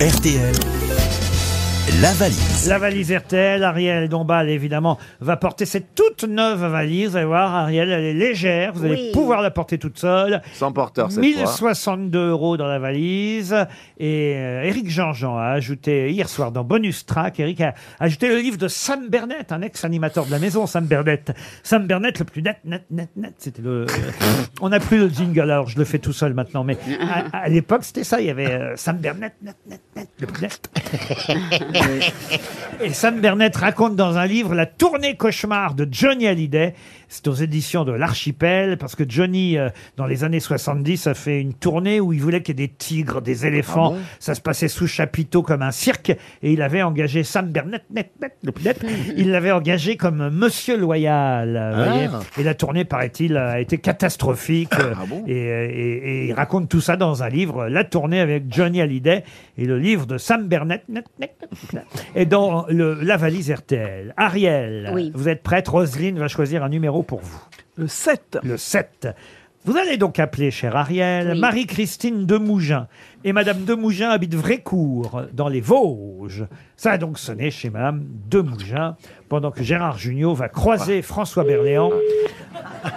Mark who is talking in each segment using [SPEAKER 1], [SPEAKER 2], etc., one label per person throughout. [SPEAKER 1] RTL, la valise.
[SPEAKER 2] La valise RTL, Ariel Dombal, évidemment, va porter cette toute neuve valise. Vous allez voir, Ariel, elle est légère. Vous allez
[SPEAKER 3] Oui.
[SPEAKER 2] pouvoir la porter toute seule.
[SPEAKER 4] Sans porteur cette fois.
[SPEAKER 2] 1062 euros dans la valise. Et euh, Eric Jean-Jean a ajouté hier soir dans Bonus Track, Eric a ajouté le livre de Sam Bernet, un ex-animateur de la maison, Sam Bernet. Sam Bernet, le plus net, net, net, net. C'était le. euh, On n'a plus le jingle, alors je le fais tout seul maintenant. Mais à, à l'époque, c'était ça. Il y avait euh, Sam Bernet, net, net, net, le plus net. Et Sam Bernet raconte dans un livre la tournée cauchemar de Johnny Hallyday. C'est aux éditions de l'Archipel, parce que Johnny, euh, dans les années 70, a fait une tournée où il voulait qu'il y ait des tigres, des éléphants. Ça se passait sous chapiteau comme un cirque. Et il avait engagé Sam Bernet, net, net, le plus net. il l'avait engagé comme Monsieur Loyal. euh, vous voyez. Et la tournée, paraît-il, a été catastrophique. euh, et, et- et il raconte tout ça dans un livre, La tournée avec Johnny Hallyday, et le livre de Sam Bernet. net, net, net, Et dans le, la valise RTL, Ariel,
[SPEAKER 3] Oui.
[SPEAKER 2] vous êtes prête, Roselyne va choisir un numéro pour vous,
[SPEAKER 5] Le 7.
[SPEAKER 2] le 7. Vous allez donc appeler, chère Ariel,
[SPEAKER 3] Oui.
[SPEAKER 2] Marie-Christine Demougin. Et Madame Demougin habite Vrécourt, dans les Vosges. Ça a donc sonné chez Madame Demougin, pendant que Gérard Jugnot va croiser François Berléand.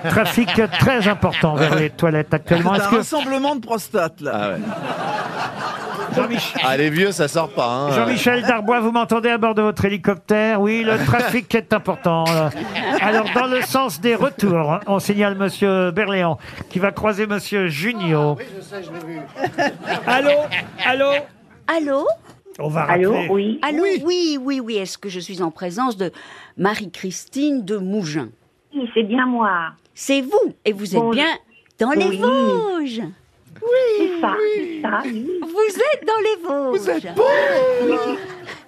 [SPEAKER 2] Trafic très important vers les toilettes actuellement.
[SPEAKER 5] C'est
[SPEAKER 2] Est-ce
[SPEAKER 5] un
[SPEAKER 2] que
[SPEAKER 5] rassemblement de prostate, là.
[SPEAKER 4] Ah, ouais.
[SPEAKER 2] Jean-Mich-
[SPEAKER 4] Ah, les vieux, ça sort pas. Hein.
[SPEAKER 2] Jean-Michel Darbois, vous m'entendez à bord de votre hélicoptère Oui, le trafic est important. Euh, Alors, dans le sens des retours, hein, on signale Monsieur Berléand qui va croiser Monsieur Junio. Ah Oui, je sais, je l'ai vu. Allô Allô
[SPEAKER 3] Allô
[SPEAKER 2] On va rappeler.
[SPEAKER 6] Allô, oui.
[SPEAKER 3] Allô Oui, oui, oui. Est-ce que je suis en présence de Marie-Christine de Mougin
[SPEAKER 6] Oui, c'est bien moi.
[SPEAKER 3] C'est vous, et vous êtes
[SPEAKER 6] Bonjour.
[SPEAKER 3] bien dans les
[SPEAKER 6] Oui.
[SPEAKER 3] Vosges.
[SPEAKER 6] C'est ça, c'est ça, oui.
[SPEAKER 3] Vous êtes dans les Vosges. Vous êtes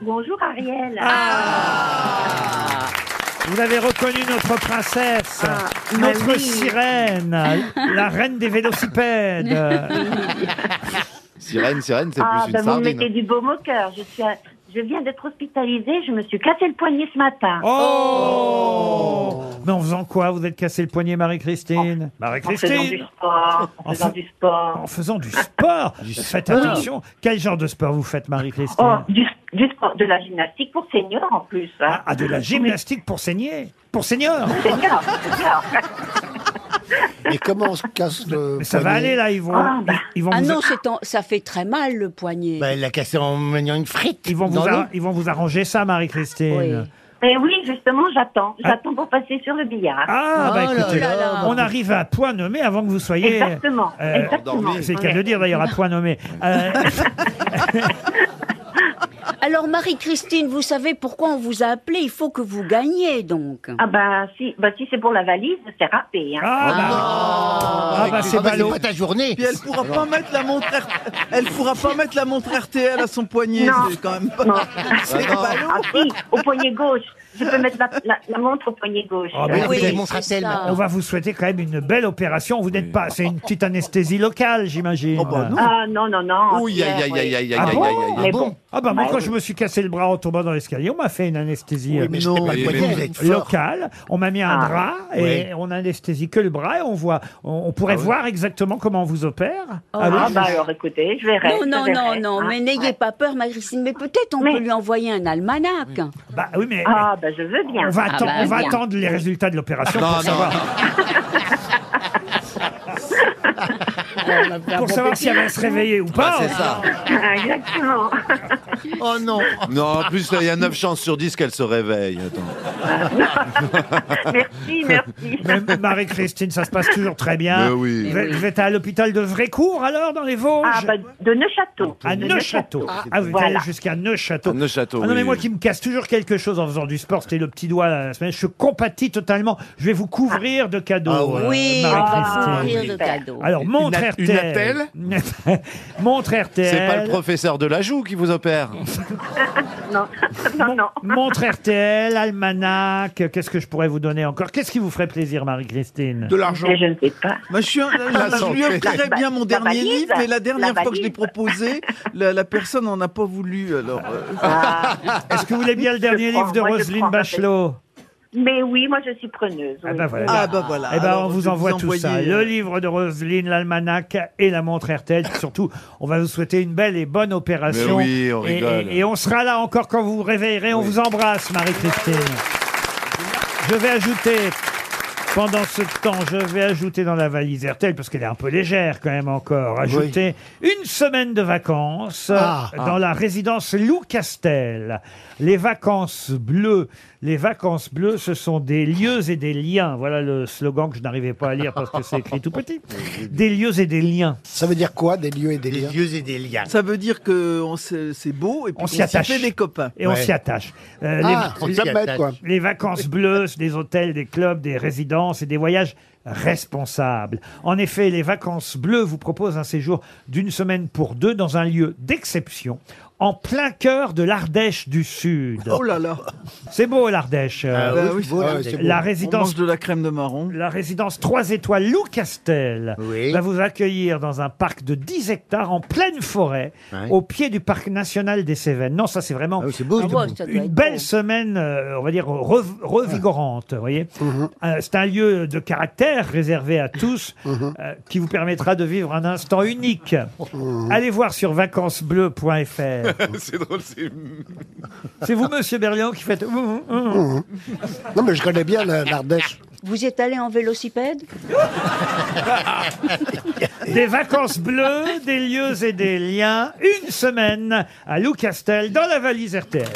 [SPEAKER 6] Bonjour Ariel.
[SPEAKER 2] Ah. Vous avez reconnu notre princesse, notre
[SPEAKER 6] bah oui.
[SPEAKER 2] sirène, la reine des vélocipèdes.
[SPEAKER 4] Sirène, sirène, c'est
[SPEAKER 6] Ah,
[SPEAKER 4] plus une
[SPEAKER 6] ben, vous me
[SPEAKER 4] sardine.
[SPEAKER 6] mettez du baume au cœur. Je, suis à- je viens d'être hospitalisée, je me suis cassé le poignet ce matin.
[SPEAKER 2] Oh Mais en faisant quoi Vous êtes cassé le poignet, Marie-Christine
[SPEAKER 6] en faisant du
[SPEAKER 2] Marie-Christine
[SPEAKER 6] sport, en
[SPEAKER 2] Enfin-
[SPEAKER 6] faisant du sport.
[SPEAKER 2] En faisant du sport Faites attention Quel genre de sport vous faites, Marie-Christine
[SPEAKER 6] Oh, du, du sport, de la gymnastique pour seniors en plus. hein.
[SPEAKER 2] ah, ah, de la gymnastique pour saigner Pour senior
[SPEAKER 6] Seniors, seniors.
[SPEAKER 7] Et comment on se casse le.
[SPEAKER 2] Mais ça va
[SPEAKER 7] poignet
[SPEAKER 2] aller, là, ils vont,
[SPEAKER 6] Ah, bah.
[SPEAKER 2] ils, ils vont
[SPEAKER 3] Ah
[SPEAKER 2] vous...
[SPEAKER 3] non, c'est en- ça fait très mal le poignet.
[SPEAKER 5] Ben.
[SPEAKER 7] Bah, il l'a cassé en maniant une frite.
[SPEAKER 2] Ils vont, vous
[SPEAKER 7] dans
[SPEAKER 2] ar-
[SPEAKER 7] l'eau.
[SPEAKER 2] ils vont vous arranger ça, Marie-Christine.
[SPEAKER 3] Oui.
[SPEAKER 6] Et Eh oui, justement, j'attends. J'attends pour passer sur le billard.
[SPEAKER 2] Ah, bah
[SPEAKER 7] Oh là
[SPEAKER 2] écoutez,
[SPEAKER 7] là là.
[SPEAKER 2] on arrive à point nommé avant que vous soyez...
[SPEAKER 6] Exactement,
[SPEAKER 2] euh,
[SPEAKER 6] exactement.
[SPEAKER 4] endormi.
[SPEAKER 2] C'est le cas de le dire d'ailleurs, à point nommé. Euh,
[SPEAKER 3] Alors Marie-Christine, vous savez pourquoi on vous a appelé Il faut que vous gagniez donc.
[SPEAKER 6] Ah bah si, bah, si c'est pour la valise, c'est râpé. Hein.
[SPEAKER 2] ah, bah, ah, bah, c'est
[SPEAKER 7] Ah, bah, c'est
[SPEAKER 2] ballot.
[SPEAKER 7] pas ta journée.
[SPEAKER 5] Puis elle pourra pas mettre la montre R- elle pourra pas mettre la montre RTL à son poignet,
[SPEAKER 6] Non.
[SPEAKER 5] c'est quand même pas.
[SPEAKER 6] Non.
[SPEAKER 5] C'est
[SPEAKER 4] Ah, non.
[SPEAKER 5] ballot.
[SPEAKER 6] Ah si, au poignet gauche. Je peux mettre la, la- la montre au poignet gauche.
[SPEAKER 2] Ah, mais
[SPEAKER 7] Oui,
[SPEAKER 3] c'est
[SPEAKER 7] elle montre à
[SPEAKER 3] ça.
[SPEAKER 7] tel, maintenant.
[SPEAKER 2] On va vous souhaiter quand même une belle opération. Vous n'êtes pas, c'est une petite anesthésie locale, j'imagine.
[SPEAKER 5] Oh, bah, non.
[SPEAKER 6] Ah non, non, non.
[SPEAKER 4] Ouh, aïe, aïe, aïe, aïe, aïe, aïe,
[SPEAKER 2] Ah
[SPEAKER 4] aïe,
[SPEAKER 2] bon
[SPEAKER 4] aïe, aïe.
[SPEAKER 6] Mais
[SPEAKER 7] bon
[SPEAKER 6] bon,
[SPEAKER 2] Ah bah moi
[SPEAKER 6] Ouais.
[SPEAKER 2] quand je me suis cassé le bras en tombant dans l'escalier, on m'a fait une anesthésie
[SPEAKER 7] Oui,
[SPEAKER 2] euh,
[SPEAKER 7] mais je sais pas
[SPEAKER 4] Non.
[SPEAKER 7] quoi dire, vous êtes fort.
[SPEAKER 2] locale. On m'a mis un
[SPEAKER 6] Ah.
[SPEAKER 2] drap et on anesthésie que le bras et on voit, on, on
[SPEAKER 4] Ah,
[SPEAKER 2] pourrait voir exactement comment on vous opère. Ah oui
[SPEAKER 6] Ah bah alors écoutez, je verrai.
[SPEAKER 3] Non,
[SPEAKER 6] je
[SPEAKER 3] non, non,
[SPEAKER 6] verrai,
[SPEAKER 3] non,
[SPEAKER 6] hein.
[SPEAKER 3] mais n'ayez pas peur, Marie-Christine, mais peut-être on
[SPEAKER 6] Mais-
[SPEAKER 3] peut lui envoyer un almanach.
[SPEAKER 2] Bah oui mais
[SPEAKER 6] Ah bah je veux bien.
[SPEAKER 2] on va,
[SPEAKER 3] Ah
[SPEAKER 2] attendre,
[SPEAKER 3] bah,
[SPEAKER 2] on va
[SPEAKER 3] bien.
[SPEAKER 2] attendre les résultats de l'opération
[SPEAKER 4] Non,
[SPEAKER 2] pour
[SPEAKER 4] non,
[SPEAKER 2] savoir,
[SPEAKER 7] On a fait un
[SPEAKER 2] pour
[SPEAKER 7] bon
[SPEAKER 2] savoir
[SPEAKER 7] petit-
[SPEAKER 2] si elle va se réveiller ou pas.
[SPEAKER 4] Bah, Ah, C'est ça.
[SPEAKER 6] Exactement.
[SPEAKER 7] Oh non.
[SPEAKER 4] Non, en plus, il y a 9 chances sur 10 qu'elle se réveille. Attends.
[SPEAKER 6] merci, merci.
[SPEAKER 2] Même Marie-Christine, ça se passe toujours très bien.
[SPEAKER 4] Mais oui.
[SPEAKER 2] Vous, êtes- vous êtes à l'hôpital de Vrécourt alors dans les Vosges
[SPEAKER 6] Eh Ah bah de Neuchâteau.
[SPEAKER 2] À
[SPEAKER 6] De
[SPEAKER 2] Neuchâteau. Ah, vous êtes
[SPEAKER 6] Voilà.
[SPEAKER 2] allé jusqu'à Neuchâteau.
[SPEAKER 4] À Neuchâteau,
[SPEAKER 2] Ah non, mais
[SPEAKER 4] oui.
[SPEAKER 2] moi qui me casse toujours quelque chose en faisant du sport, c'était le petit doigt la semaine. Je compatis totalement. Je vais vous couvrir de cadeaux,
[SPEAKER 7] Ah ouais.
[SPEAKER 2] euh,
[SPEAKER 3] Oui,
[SPEAKER 2] Marie-Christine.
[SPEAKER 6] ah,
[SPEAKER 3] rire de
[SPEAKER 6] super.
[SPEAKER 3] cadeau.
[SPEAKER 2] Alors, montre
[SPEAKER 4] a- une
[SPEAKER 2] RTL. montre RTL.
[SPEAKER 4] C'est pas le professeur de la joue qui vous opère.
[SPEAKER 6] Non, non, non.
[SPEAKER 2] Montre RTL, almanach, qu'est-ce que je pourrais vous donner encore Qu'est-ce qui vous ferait plaisir, Marie-Christine
[SPEAKER 5] De l'argent.
[SPEAKER 6] Mais je ne sais pas.
[SPEAKER 5] Moi, je, suis un- je- je lui offrirais
[SPEAKER 6] La-
[SPEAKER 5] bien mon
[SPEAKER 6] la
[SPEAKER 5] dernier
[SPEAKER 6] valise,
[SPEAKER 5] livre, mais la
[SPEAKER 6] la
[SPEAKER 5] dernière fois que je l'ai
[SPEAKER 6] valise.
[SPEAKER 5] proposé, la, la personne n'en a pas voulu. Alors, euh,
[SPEAKER 6] Ah,
[SPEAKER 2] Est-ce que vous voulez bien le dernier
[SPEAKER 6] prends,
[SPEAKER 2] livre de
[SPEAKER 6] moi, Ah, je
[SPEAKER 2] Roselyne
[SPEAKER 6] prends,
[SPEAKER 2] Bachelot
[SPEAKER 6] Mais oui, moi je suis preneuse.
[SPEAKER 2] Ah
[SPEAKER 6] oui.
[SPEAKER 2] bah voilà.
[SPEAKER 5] Ah bah voilà.
[SPEAKER 2] Eh ben,
[SPEAKER 5] Alors,
[SPEAKER 2] on
[SPEAKER 5] je
[SPEAKER 2] vous
[SPEAKER 5] vais
[SPEAKER 2] envoie tout
[SPEAKER 5] envoyer,
[SPEAKER 2] ça.
[SPEAKER 5] euh,
[SPEAKER 2] Le livre de Roselyne, l'almanach et la montre RTL. Puis Surtout, on va vous souhaiter une belle et bonne opération.
[SPEAKER 4] Mais oui, on
[SPEAKER 2] et,
[SPEAKER 4] rigole.
[SPEAKER 2] et- et on sera là encore quand vous vous réveillerez. On vous embrasse, Marie-Christine. Je vais ajouter... Pendant ce temps, je vais ajouter dans la valise RTL, parce qu'elle est un peu légère quand même encore, ajouter une semaine de vacances euh,
[SPEAKER 7] Ah.
[SPEAKER 2] dans la résidence Lou Castel. Les vacances bleues, les vacances bleues, ce sont des lieux et des liens. Voilà le slogan que je n'arrivais pas à lire parce que c'est écrit tout petit. Des lieux et des liens.
[SPEAKER 8] Ça veut dire quoi, des lieux et des
[SPEAKER 7] Des
[SPEAKER 8] liens
[SPEAKER 7] lieux et des liens.
[SPEAKER 5] Ça veut dire que on s'est- c'est beau et puis
[SPEAKER 2] On
[SPEAKER 5] on
[SPEAKER 2] s'y
[SPEAKER 5] s'y
[SPEAKER 2] attache.
[SPEAKER 5] fait des copains.
[SPEAKER 2] Et on
[SPEAKER 7] Ouais.
[SPEAKER 2] s'y attache. Euh, les-
[SPEAKER 8] Ah,
[SPEAKER 7] on
[SPEAKER 8] les
[SPEAKER 7] s'y
[SPEAKER 8] bêtes,
[SPEAKER 7] attache.
[SPEAKER 8] quoi.
[SPEAKER 2] Les vacances bleues, c'est des hôtels, des clubs, des résidences et des voyages responsables. En effet, les vacances bleues vous proposent un séjour d'une semaine pour deux dans un lieu d'exception, en plein cœur de l'Ardèche du Sud.
[SPEAKER 5] Oh là là.
[SPEAKER 2] C'est beau l'Ardèche. euh,
[SPEAKER 5] Bah oui,
[SPEAKER 8] Ouais,
[SPEAKER 7] Ah,
[SPEAKER 8] c'est
[SPEAKER 7] des-
[SPEAKER 8] beau.
[SPEAKER 2] la
[SPEAKER 5] On
[SPEAKER 2] résidence
[SPEAKER 5] mange de la crème de marron.
[SPEAKER 2] La résidence 3 étoiles Lou Castel
[SPEAKER 7] Oui.
[SPEAKER 2] va vous accueillir dans un parc de 10 hectares en pleine forêt,
[SPEAKER 7] Ouais.
[SPEAKER 2] au pied du parc national des Cévennes. Non, ça c'est vraiment
[SPEAKER 7] Ah oui, c'est beau.
[SPEAKER 3] Ah ouais, ça doit
[SPEAKER 2] une
[SPEAKER 3] être
[SPEAKER 2] belle
[SPEAKER 3] beau.
[SPEAKER 2] semaine, euh, on va dire, rev- revigorante. vous voyez Euh, c'est un lieu de caractère réservé à tous euh, qui vous permettra de vivre un instant unique. Allez voir sur vacancesbleues.fr.
[SPEAKER 4] C'est drôle, c'est.
[SPEAKER 2] c'est vous, monsieur Berlian, qui faites. Hum, hum, hum.
[SPEAKER 8] Non, mais je connais bien la- l'Ardèche.
[SPEAKER 3] Vous y êtes allé en vélocipède
[SPEAKER 2] Des vacances bleues, des lieux et des liens. Une semaine à Lou Castel dans la valise RTL.